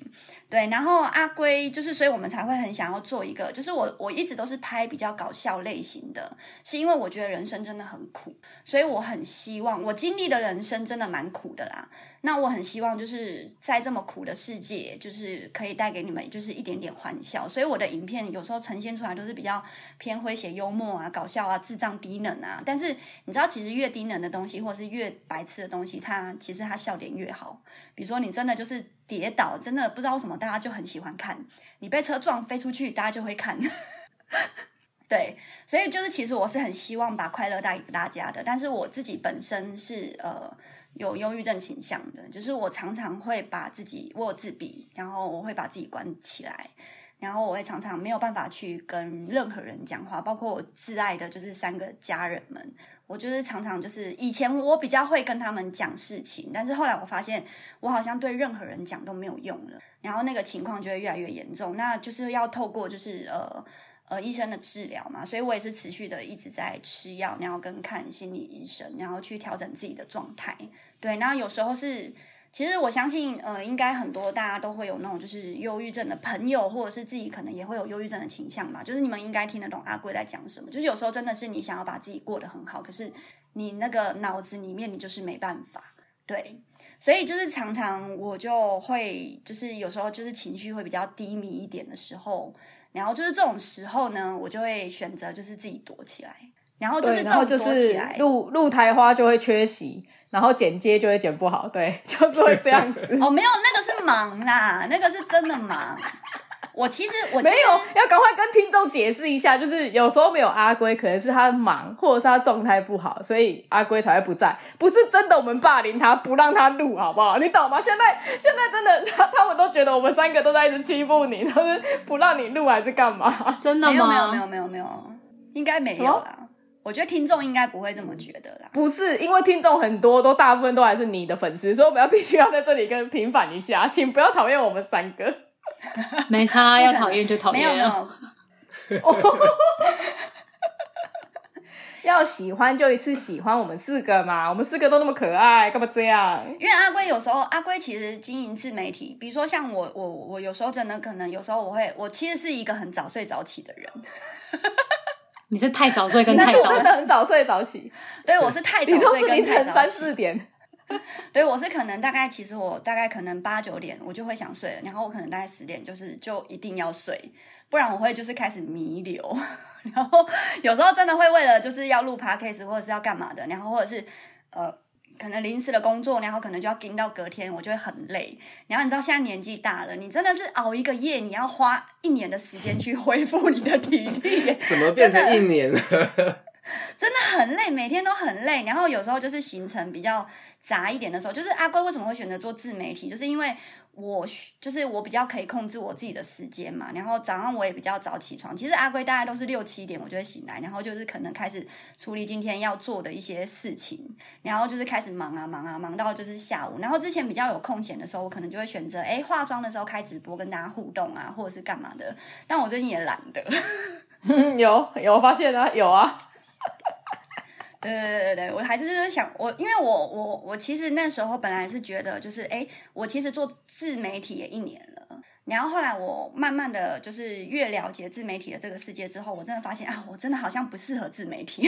对，然后阿龟就是，所以我们才会很想要做一个，就是我我一直都是拍比较搞笑类型的，是因为我觉得人生真的很苦，所以我很希望我经历的人生真的蛮苦的啦。那我很希望就是在这么苦的世界，就是可以带给你们就是一点点欢笑。所以我的影片有时候呈现出来都是比较偏诙谐、幽默啊、搞笑啊、智障低能啊。但是你知道，其实越低能的东西，或是越白痴的东西，它其实它笑点越好。比如说你真的就是跌倒，真的不知道为什么大家就很喜欢看，你被车撞飞出去，大家就会看。 对，所以就是其实我是很希望把快乐带给大家的，但是我自己本身是呃有忧郁症倾向的，就是我常常会把自己我有自闭，然后我会把自己关起来，然后我会常常没有办法去跟任何人讲话，包括我挚爱的就是三个家人们，我就是常常就是以前我比较会跟他们讲事情，但是后来我发现我好像对任何人讲都没有用了，然后那个情况就会越来越严重，那就是要透过就是呃。呃，医生的治疗嘛，所以我也是持续的一直在吃药，然后跟看心理医生，然后去调整自己的状态。对，然后有时候是，其实我相信，呃，应该很多大家都会有那种就是忧郁症的朋友，或者是自己可能也会有忧郁症的倾向吧。就是你们应该听得懂阿贵在讲什么。就是有时候真的是你想要把自己过得很好，可是你那个脑子里面你就是没办法。对，所以就是常常我就会，就是有时候就是情绪会比较低迷一点的时候。然后就是这种时候呢，我就会选择就是自己躲起来，然后就是对，这然后种就躲起是来。露露台花就会缺席，然后剪接就会剪不好，对， 就是会这样 子。 哦，没有，那个是忙啦，那个是真的忙。我其实我其没实有，要赶快跟听众解释一下，就是有时候没有阿龟，可能是他忙，或者是他状态不好，所以阿龟才会不在。不是真的我们霸凌他，不让他录，好不好？你懂吗？现在现在真的， 他他们都觉得我们三个都在一直欺负你，都是不让你录还是干嘛？真的没有没吗？有没有没有没有，应该没有啦。我觉得听众应该不会这么觉得啦。 不是，因为听众很多，都大部分都还是你的粉丝，所以我们要必须要在这里跟平反一下，请不要讨厌我们三个。没差，要讨厌就讨没有厌没啊。有，要喜欢就一次喜欢我们四个嘛， 我们四个都那么可爱，干嘛这样？因为阿龟有时候，阿龟其实经营自媒体，比如说像我，我我有时候真的可能有时候我会，我其实是一个很早睡早起的人，你是太早睡跟但太是我早真起的，很早睡早起，对我是太早你都睡是跟凌太晨早三起四，点。对我是可能大概其实我大概可能八九点我就会想睡了，然后我可能大概十点就是就一定要睡，不然我会就是开始弥留， 然后有时候真的会为了就是要录 podcast 或者是要干嘛的，然后或者是呃。可能临时的工作，然后可能就要盯到隔天，我就会很累。然后你知道现在年纪大了，你真的是熬一个夜，你要花一年的时间去恢复你的体力 耶，怎么变成一年了？真的很累，每天都很累。然后有时候就是行程比较杂一点的时候，就是阿龟为什么会选择做自媒体，就是因为我就是我比较可以控制我自己的时间嘛。然后早上我也比较早起床，其实阿龟大概都是六七点我就会醒来，然后就是可能开始处理今天要做的一些事情，然后就是开始忙啊忙啊忙到就是下午。然后之前比较有空闲的时候，我可能就会选择哎化妆的时候开直播跟大家互动啊，或者是干嘛的。但我最近也懒得。嗯， 有有发现啊，有啊，对对对对，我还是就是想我，因为我我我其实那时候本来是觉得就是哎，诶我其实做自媒体也一年了，然后后来我慢慢的就是越了解自媒体的这个世界之后，我真的发现啊，我真的好像不适合自媒体，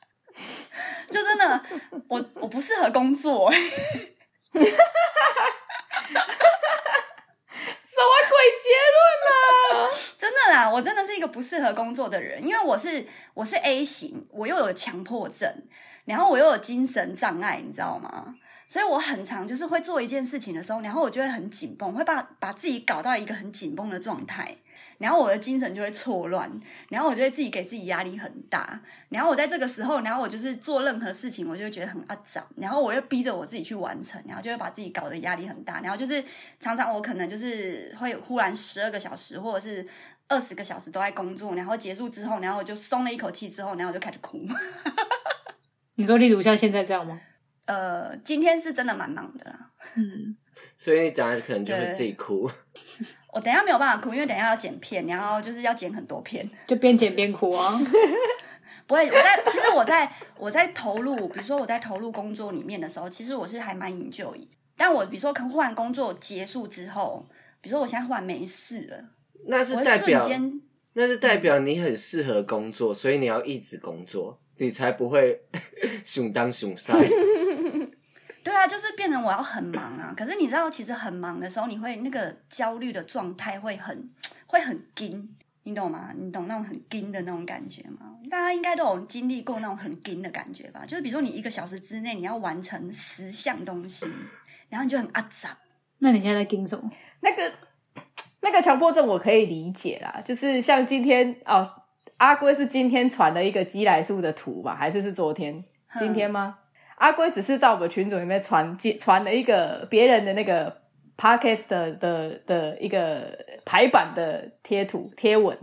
就真的我我不适合工作，什么鬼结论啊呢、真的啦，我真的是一个不适合工作的人，因为我是我是 A 型，我又有强迫症，然后我又有精神障碍，你知道吗？所以我很常就是会做一件事情的时候，然后我就会很紧绷，会把把自己搞到一个很紧绷的状态，然后我的精神就会错乱，然后我就会自己给自己压力很大，然后我在这个时候，然后我就是做任何事情，我就会觉得很阿杂，然后我又逼着我自己去完成，然后就会把自己搞得压力很大，然后就是常常我可能就是会忽然十二个小时或者是二十个小时都在工作，然后结束之后，然后我就松了一口气之后，然后我就开始哭。你说例如像现在这样吗？呃，今天是真的蛮忙的啦，嗯，所以你等下可能就会自己哭。我等一下没有办法哭，因为等一下要剪片，然后就是要剪很多片。就边剪边哭啊。不会，我在其实我在 我在投入，比如说我在投入工作里面的时候，其实我是还蛮 enjoy。但我比如说，可能换工作结束之后，比如说我现在忽然没事了，那我是代会瞬表，间嗯那是代表你很适合工作，所以你要一直工作，你才不会 熊当 熊塞。对啊，就是变成我要很忙啊。可是你知道，其实很忙的时候，你会那个焦虑的状态会很会很紧，你懂吗？你懂那种很紧的那种感觉吗？大家应该都有经历过那种很紧的感觉吧？就是比如说你一个小时之内你要完成十项东西，然后你就很阿杂。 那你现在在盯什么？那个那个强迫症我可以理解啦，就是像今天哦，阿龟是今天传了一个鸡来素的图吧，还是是昨天？今天吗？阿龟只是在我们群组里面传接传了一个别人的那个 podcast 的的的一个排版的贴图贴文，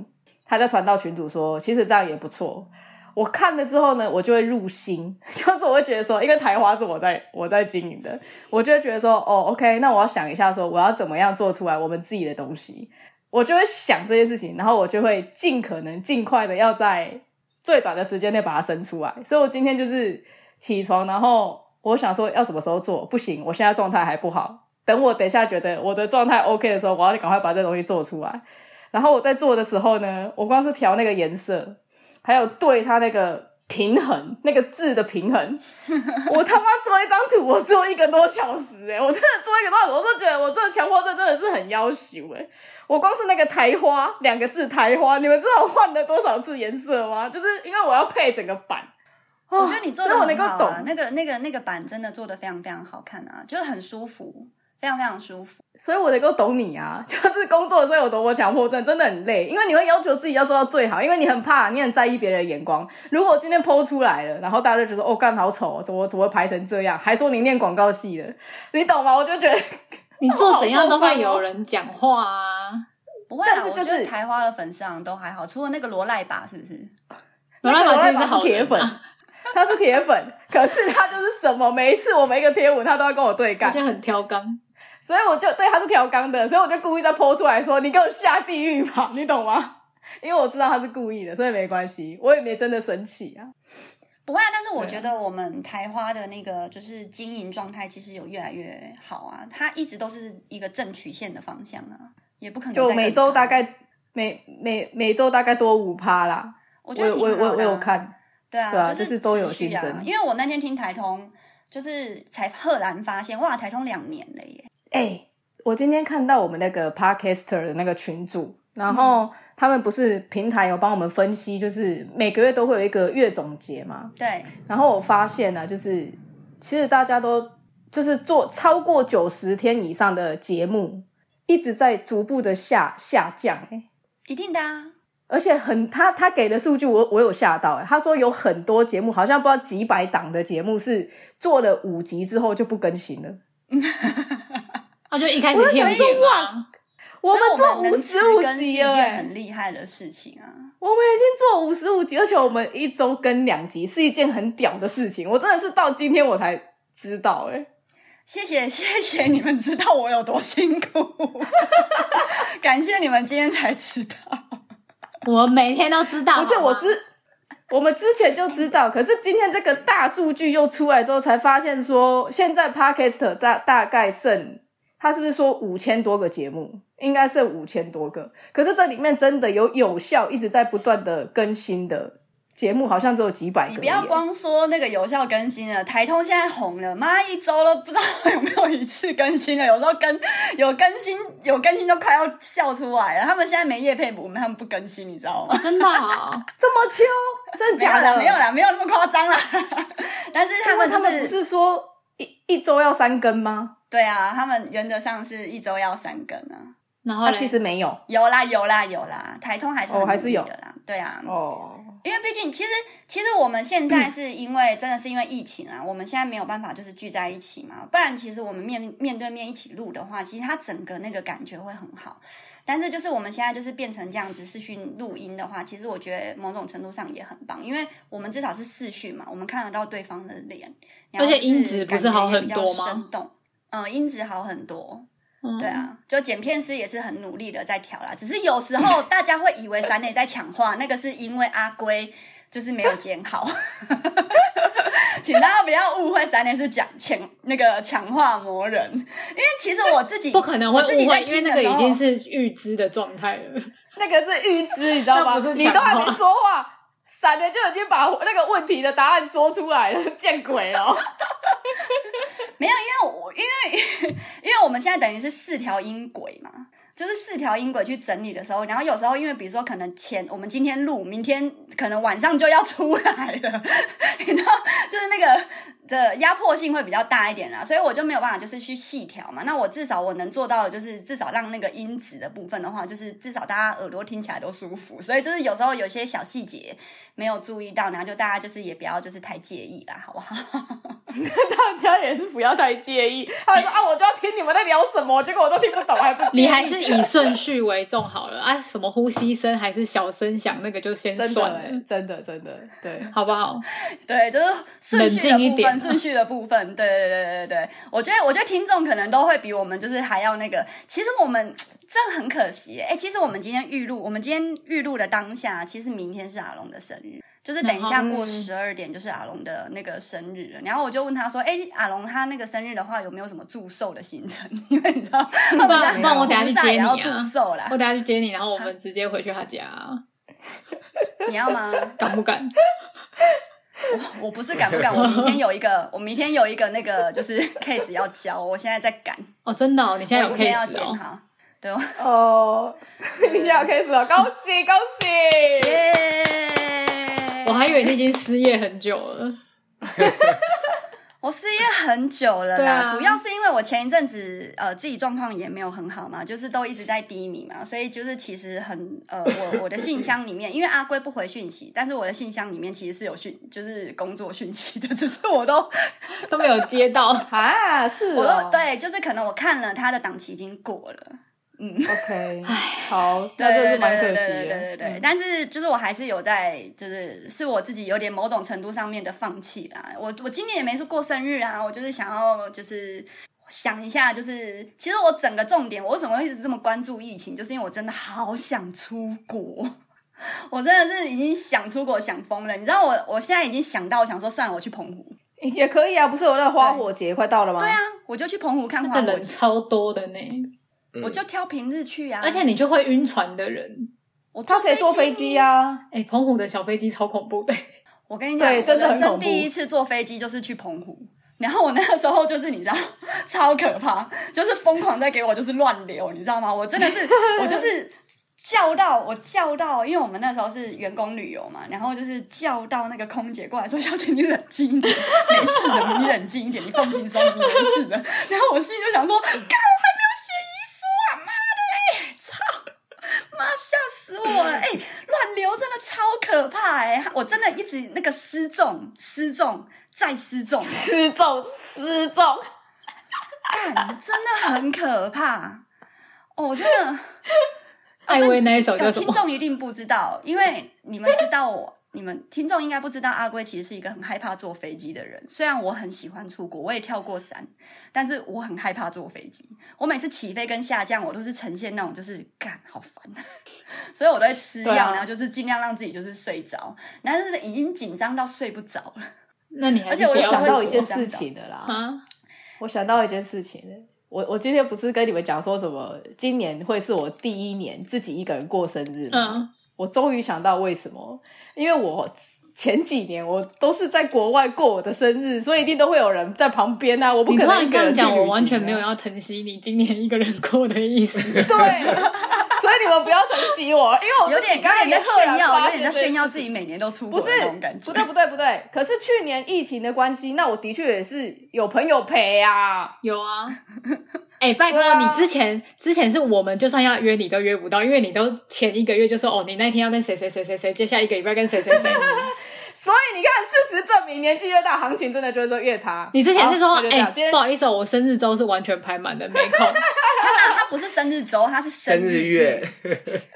他就传到群组说，其实这样也不错。我看了之后呢，我就会入心， 就是我会觉得说，因为台花是我在我在经营的，我就会觉得说，哦，OK，那我要想一下说，我要怎么样做出来我们自己的东西，我就会想这些事情，然后我就会尽可能尽快的要在最短的时间内把它生出来。所以我今天就是起床，然后我想说要什么时候做，不行，我现在状态还不好，等我等一下觉得我的状态 OK 的时候，我要赶快把这东西做出来。然后我在做的时候呢，我光是调那个颜色，还有对它那个平衡，那个字的平 衡，我他妈做一张图，我做一个多小时、欸，我真的做一个多小时，我都觉得我这个强迫症真的是很要求、欸，我光是那个台花两个字台花，你们知道我换了多少次颜色吗？就是因为我要配整个版。哦我觉得你做所的以我能很够好、懂啊，那个那个那个版真的做的非常非常好看啊，就是很舒服，非常非常舒服。所以我能够懂你啊， 就是工作的时候有多么强迫症，真的很累，因为你会要求自己要做到最好，因为你很怕，你很在意别人的眼光。如果今天剖出来了，然后大家就觉得哦，干好丑、哦，怎么怎么会排成这样，还说你念广告系的， 你懂吗？我就觉 得，你做怎样都会有人讲话啊。不会啦，但是就是我觉得台花的粉丝好像都还好，除了那个罗赖吧，是不是？罗那拉个法罗赖其实法好是铁人粉啊， 他是铁粉，可是他就是什么，每一次我每一个贴文，他都要跟我对我干觉，得很挑刚。所以我就对他是调缸的，所以我就故意再剖出来说：“你给我下地狱吧，你懂吗？” 因为我知道他是故意的，所以没关系，我也没真的生气啊。不会啊，但是我对觉得我们台花的那个就是经营状态，其实有越来越好啊，它一直都是一个正曲线的方向啊，也不可能再就更每周长大，概每每每周大概多五趴啦。我我觉得有挺我有我好有我的啊有看，对啊，对啊就就是都有持续啊新增因为我那天听台通，就是才赫然发现，哇，台通两年了耶！哎、我今天看到我们那个 podcaster 的那个群组，然嗯后他们不是平台有帮我们分析，就是每个月都会有一个月总结嘛。对，然后我发现呢、就是其实大家都就是做超过九十天以上的节目，一直在逐步的下下降、欸，一定的啊，而且很他他给的数据我我有吓到、欸，他说有很多节目好像不知道几百档的节目是做了五集之后就不更新了。他啊就一开始我就骗啊想说你嘛，我们所以做能五十五持更是一集了、件欸，很厉害的事情啊！我们已经做五十五集，而且我们一周更两集是一件很屌的事情。我真的是到今天我才知道、欸，谢谢谢谢你们知道我有多辛苦， 感谢你们今天才知道。我每天都知道。不是好吗我之，我们之前就知道，可是今天这个大数据又出来之后，才发现说，现在 Podcast 大大概剩，他是不是说五千多个节目？应该剩五千多个，可是这里面真的有有效一直在不断的更新的节目，好像只有几百个而已。你不要光说那个有效更新了，台通现在红了，妈一周都不知道有没有一次更新了，有时候更有更新有更新就快要笑出来了。他们现在没业配，我们他们不更新，你知道吗？真的哦，这么秋，真的没有假啦，的？没有啦，没有那么夸张啦。 但是他因为们他就们是不是说一一周要三更吗？对啊，他们原则上是一周要三更啊。然后啊，嘞其实没有有啦有啦有啦，台通还是很哦还是有努力的啦，对啊，哦。因为毕竟其实其实我们现在是因为真的是因为疫情啊，我们现在没有办法就是聚在一起嘛，不然其实我们面面对面一起录的话，其实它整个那个感觉会很好。但是就是我们现在就是变成这样子视讯录音的话，其实我觉得某种程度上也很棒，因为我们至少是视讯嘛，我们看得到对方的脸，然后而且就是音质不感是好觉也很比较多吗生动，嗯，音质好很多。嗯对啊，就剪片师也是很努力的在调啦，只是有时候大家会以为闪磊在抢话，那个是因为阿龟就是没有剪好， 请大家不要误会，闪磊是讲抢那个抢话魔人，因为其实我自己不可能会我自己误会在，因为听那的个时已候经是预知的状态了。那个是预知，你知道吗？那不是你都还抢没话说话，闪的就已经把那个问题的答案说出来了，见鬼了！没有，因为我因为因为我们现在等于是四条音轨嘛，就是四条音轨去整理的时候，然后有时候因为比如说可能前我们今 天录，明天可能晚上就要出来了，你知道，就是那个的压迫性会比较大一点啦，所以我就没有办法就是去细调嘛。那我至少我能做到的就是至少让那个音质的部分的话，就是至少大家耳朵听起来都舒服。所以就是有时候有些小细节没有注意到，然后就大家就是也不要就是太介意啦，好不好？ 大家也是不要太介意。他们说啊，我就要听你们在聊什么，结果我都听不懂，还不介意你还是以顺序为重好了啊，什么呼吸声还是小声响，那个就先真算的了，欸真的真的对。好不好？对，就是顺序的冷静一部点啊分，顺序的部分， 对对对对对对，我觉得我觉得听众可能都会比我们就是还要那个，其实我们这很可惜耶，哎、其实我们今天预录，我们今天预录的当下，其实明天是阿龙的生日。就是等一下嗯过十二点，就是阿龙的那个生日了。然后我就问他说：“哎、阿龙他那个生日的话，有没有什么祝寿的行程？ 因为你知道，他不们家然不然我等下菩去萨接也你啊要祝寿啦我，等下去接你，然后我们直接回去他家，啊你要吗？敢不敢？ 我不是敢不敢，我明天有一 个，我明天有一个那个就是 case 要交，我现在在赶。”哦，真的、哦，你现在有我一定要 case 剪哦。好，对，我哦，你现在有 case 了，恭喜恭喜！耶！我还以为你已经失业很久了，我失业很久了对啦，啊主要是因为我前一阵子呃自己状况也没有很好嘛，就是都一直在低迷嘛，所以就是其实很呃我我的信箱里面，因为阿龟不回讯息，但是我的信箱里面其实是有讯就是工作讯息的，只是我都都没有接到。 啊，是我哦都，对，就是可能我看了他的档期已经过了。 ，OK，好，对那对这对是蛮可惜对的，对对对对嗯但是就是我还是有在，就是是我自己有点某种程度上面的放弃啦。我我今年也没是过生日啊，我就是想要就是。想一下，就是其实我整个重点，我为什么会一直这么关注疫情，就是因为我真的好想出国， 我真的是已经想出国想疯了。你知道我，我现在已经想到，我想说算了，我去澎湖，也可以啊，不是有那个花火节快到了吗？对啊，我就去澎湖看那花个火人节，超多的呢，嗯我就挑平日去嗯啊。而且你就会晕船的人。我坐他可以坐飞机啊，哎、澎湖的小飞机超恐怖哦的，我跟你讲，对我真的很人生恐怖第一次坐飞机就是去澎湖，然后我那个时候就是你知道，超可怕，就是疯狂在给我就是乱流，你知道吗？我真的是，我就是叫到我叫到，因为我们那时候是员工旅游嘛，然后就是叫到那个空姐过来说：“小姐，你冷静一点，没事的，你冷静一点，你放轻松，你没事的。”然后我心里就想说：“干，我还没有写遗书啊，妈的嘞，操！”妈，吓死我了！哎、乱流真的超可怕哎、我真的一直那个失重、失重再失重，失重失重，干，真的很可怕。哦，真的，艾薇那一首叫有什听么？众一定不知道，因为你们知道我，你们听众应该不知道，阿龟其实是一个很害怕坐飞机的人。虽然我很喜欢出国，我也跳过山，但是我很害怕坐飞机。我每次起飞跟下降，我都是呈现那种就是干好烦， 所以我都会吃药，对啊然后就是尽量让自己就是睡着，但是已经紧张到睡不着了。那你还而是且我我不有要想时候到会一做件事情的啦，啊！我想到一件事情了，我我今天不是跟你们讲说什么，今年会是我第一年自己一个人过生日吗？嗯，我终于想到为什么，因为我前几年我都是在国外过我的生日，所以一定都会有人在旁边啊，我不你可突能然一这个样人去讲，旅我行完全啊没有要疼惜你今年一个人过的意思。 对，所以你们不要疼惜我，因为我有自己点有刚刚点在也突然炫耀，有发点现在这件炫耀事自己每年都出不国是的那种感觉不。对不对不对，可是去年疫情的关系，那我的确也是有朋友陪啊。有啊，哎、拜托、对啊你之前之前是我们就算要约你都约不到，因为你都前一个月就说哦，你那天要跟谁谁谁谁谁，接下来一个礼拜跟谁谁谁。所以你看，事实证明，年纪越大，行情真的就是说越差。你之前是好说那就这哎、样今天不好意思、哦，我生日周是完全排满的，没 空。他那他不是生日周，他是生生日 月，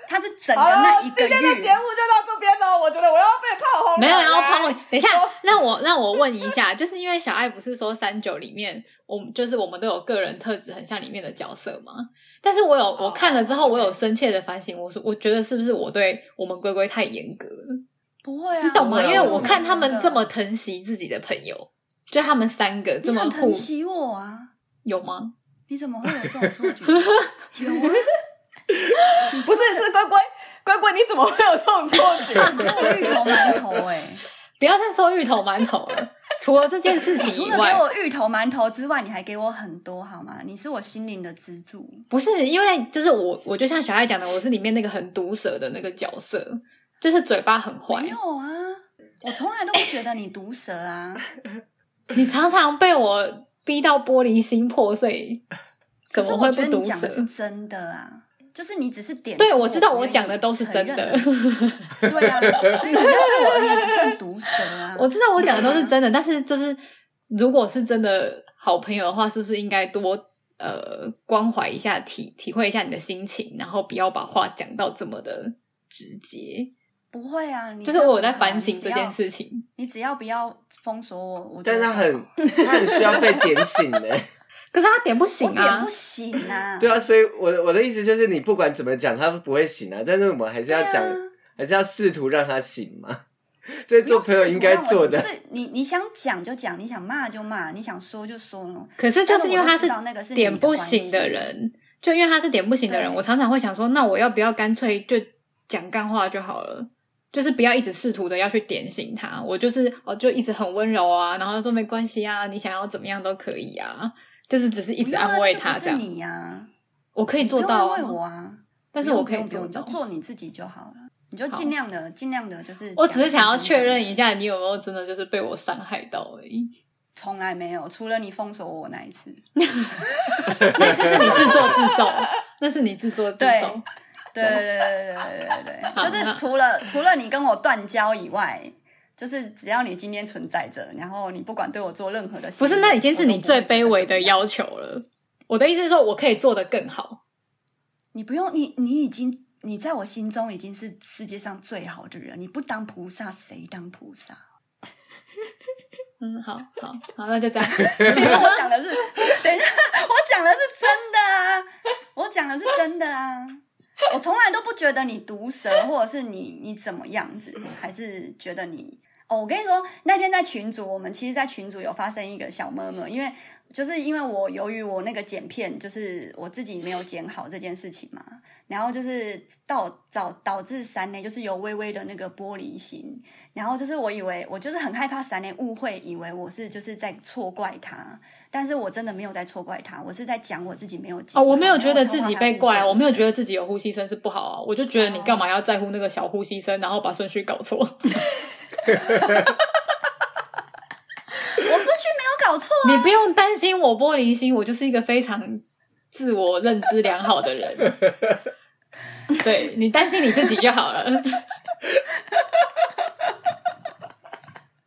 他是整个好了那，一个今天的节月目。就到这边了。我觉得我要被炮轰了，没有要抛来你，等一下，让我让我问一下，就是因为小爱不是说三九里面，我们就是我们都有个人特质很像里面的角色吗？但是我哦有我看了之后，我有深切的反省，我说我觉得是不是我对我们龟龟太严格了？不会啊，你懂不吗？会因啊为为什我么看他们这真么的疼惜自己的朋友，就他们三个这你么很互疼惜我啊，有吗？你怎么会有这种错 觉？有啊，不是是龟龟龟龟，你怎么会有这种错觉？你给我芋头馒头哎、 不要再说芋头馒头了。除了这件事情除以了给外，我芋头馒头之外，你还给我很多好吗？你是我心灵的支柱。不是因为就是我，我就像小爱讲的，我是里面那个很毒舌的那个角色，就是嘴巴很坏没。有啊，我从来都不觉得你毒舌啊。你常常被我逼到玻璃心破碎，可 怎是么我会觉不得你毒讲舌的？是真的啊，就是你只是点出对，不愿意承认。我知道我讲的都是真的，。对啊，所以你要对我而言不算毒舌啊 我知道我讲的都是真的，但是就是如果是真的好朋友的话，是不是应该多呃关怀一下，体体会一下你的心情，然后不要把话讲到这么的直接？不会啊，你就是这样我有在很好反省这件，事情，你只要你只要不要封锁我，我觉但得是他就很好他很需要被点醒的、可是他点不醒我点啊不。醒啊， 对啊，所以我的我的意思就是，你不管怎么讲，他不会醒啊。但是我们还是对要啊，讲，还是要试图让他醒嘛。这是做朋友应该不要试图让我做的就。是你你想讲就讲，你想骂就骂，你想说哦就说。可是就是因为但他是我都知道那个是你的点不醒的人，就因为他是点不醒的人，对我常常会想说，那我要不要干脆就讲干话就好了？就是不要一直试图的要去点醒他，我就是哦，就一直很温柔啊，然后说没关系啊，你想要怎么样都可以啊，就是只是一直安慰他不这用啊那就样不是。你呀，我可以你不做用到安啊慰，我啊，但是不用我可以不用不用做你就到。做你自己就好了，你就尽量的尽量的就是。我只是想要确认一，下，你有没有真的就是被我伤害到而已。从来没有，除了你封锁我那一次。那就是你自作自受，那是你自作自对受。对对对对对对对对，就是除了除了你跟我断交以外，就是只要你今天存在着，然后你不管对我做任何的事，不是，那已经是你最卑微的要。要求了。我的意思是说，我可以做得更好。你不用，你你已经你在我心中已经是世界上最好的人，你不当菩萨谁当菩萨？嗯，好好好，那就这样。等一下我讲的是，等一下我讲的是真的啊，我讲的是真的啊。我从来都不觉得你毒舌，或者是你你怎么样子，还是觉得你哦。我跟你说，那天在群组，我们其实，在群组有发生一个小么么，因为就是因为我由于我那个剪片，就是我自己没有剪好这件事情嘛，然后就是到导导致三内就是有微微的那个玻璃心，然后就是我以为我就是很害怕三内误会，以为我是就是在错怪他，但是我真的没有在错怪他，我是在讲我自己没有剪 哦，我没有好觉得自己被怪，啊我没有然后超怕他误会觉得自己有呼吸声是不好啊。我就觉得你干嘛要在乎那个小呼吸声，然后把顺序搞错？我顺序没有搞错啊、 你不用担心我玻璃心，我就是一个非常自我认知良好的人。 对你担心你自己就好 了。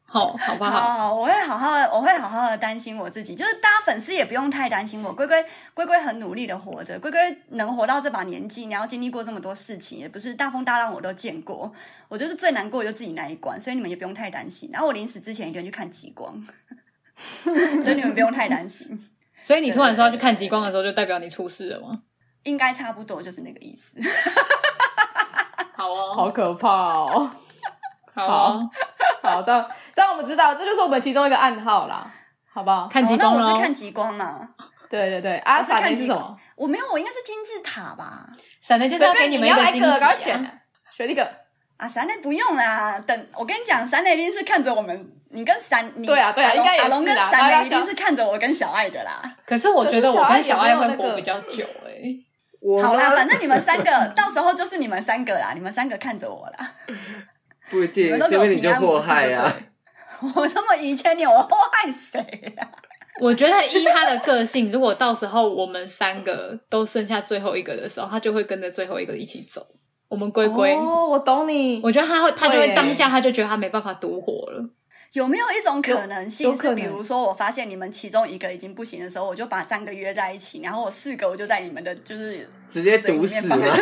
好，好不好好，我会好好的，我会好好的担心我自己。就是大家粉丝也不用太担心我，龟龟龟龟很努力的活着，龟龟能活到这把年纪，然后经历过这么多事情，也不是大风大浪我都见过。我就是最难过的就自己那一关，所以你们也不用太担心。然后我临死之前一定去看极光， 所以你们不用太担心，所以你突然说要去看极光的时候，就代表你出事了吗？应该差不多就是那个意思。好哦，好可怕哦！ 好哦好好，这样这样我们知道，这就是我们其中一个暗号啦，好不好？看极哦光那我喽是。看极光嘛，对对对，阿我是闪看电是极什么光？，我没有，我应该是金字塔吧。闪的就是要给随便们一要来惊个，喜、赶快啊。选啊，选一个。啊，闪磊不用啦，等我跟你讲，闪磊一定是看着我们，你跟闪，你对啊对啊阿龙应该也是阿啦龙跟闪大家磊一定是看着我跟小爱的啦。可是我觉得我跟小爱会可活是比小较久哎、我好啦，吗反正你们三个 到时候就是你们三个啦，你们三个看着我啦，不 一你定们，都给说我不定平你就安无祸事就害对啊。了。 我这么一千年，我祸害谁啊啦？ 我觉得依他的个性，如果到时候我们三个都剩下最后一个的时候，他就会跟着最后一个一起走。我们龟龟，哦，我懂你。我觉得他会，他就会对当下他就觉得他没办法独活了。 有没有一种可能有性有可是，能比如说我发现你们其中一个已经不行的时候，我就把三个约在一起，然后我四个我就在你们的就是直接水里毒面死放吗？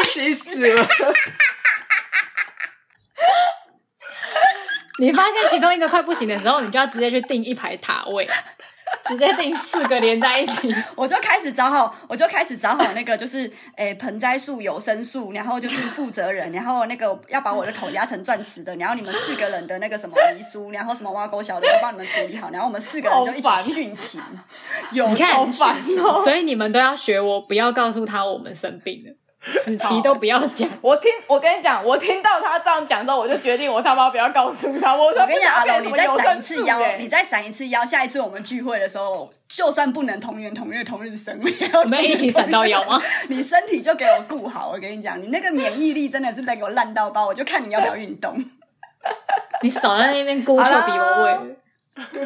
一起死吗？你发现其中一个快不行的时候，你就要直接去定一排塔 位，直接定四个连在一起。我就开始找好，我就开始找好那个就是 诶、盆栽树、有生树，然后就是负责人，然后那个要把我的口压成钻石的，然后你们四个人的那个什么遗书，然后什么挖沟小的都帮你们处理好，然后我们四个人就一起好烦殉情，有你看好情烦 哦！所以你们都要学我，不要告诉他我们生病了，死期都不要讲。我听，我跟你讲，我听到他这样讲之后，我就决定我他妈不要告诉他。我说我跟你讲，阿不知道变龙，你成再什么闪一有次声书腰，欸 你再闪一次腰，下一次我们聚会的时候，就算不能同年同月同日生，也要 我们一起闪到腰吗？你身体就给我顾好，我跟你讲，你那个免疫力真的是给我烂到爆，我就看你要不要运动。 你少在那边勾臭比我味。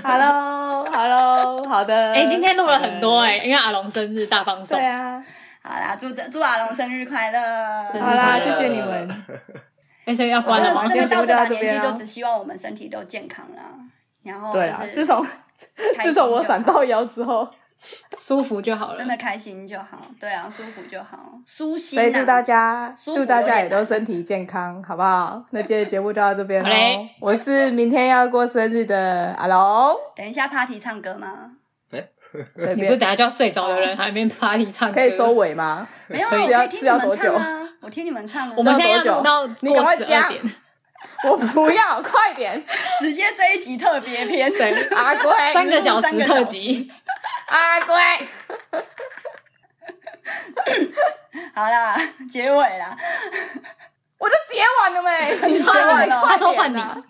Hello，Hello，好的。哎、今天录了很多哎、因为阿龙生日大放呃对送。啊，好啦，祝祝阿龙生日快乐！真的好啦，对谢谢你嗯们。哎、所以要我关了吗呃们？真的到这把年纪，这就边啊只希望我们身体都健康啦。然后对啊，就自是从开自心就好，从我闪到腰之后，舒服就好了真。的开心就好，对啊，舒服就好，舒心所以祝大啊。家舒服祝大有家点也都难身体健康，好不好？那今天的节目就到这边好嘞喽。我是明天要过生日的阿 龙，等一下 party 唱歌吗？随你不是便等下就要睡着的人，还没 party 唱歌，可以收。尾吗？没有啊，可以我要可以听是你要们多唱久啊，我听你们唱啊，我们现在要录到你赶过快十加二点，我不要，快 点！直接这一集特别 篇，阿龟，三个小三时个小特时辑。阿龟，好啦，结尾啦，我都结完了 没？你结完了快他说换点啊你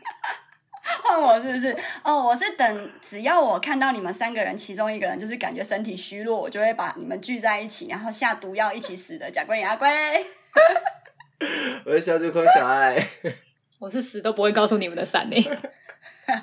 换我是不是？哦，我是等只要我看到你们三个人其中一个人就是感觉身体虚弱，我就会把你们聚在一起，然后下毒药一起死的。贾桂林阿龟，我是小主控小爱，欸我是死都不会告诉你们的三哎、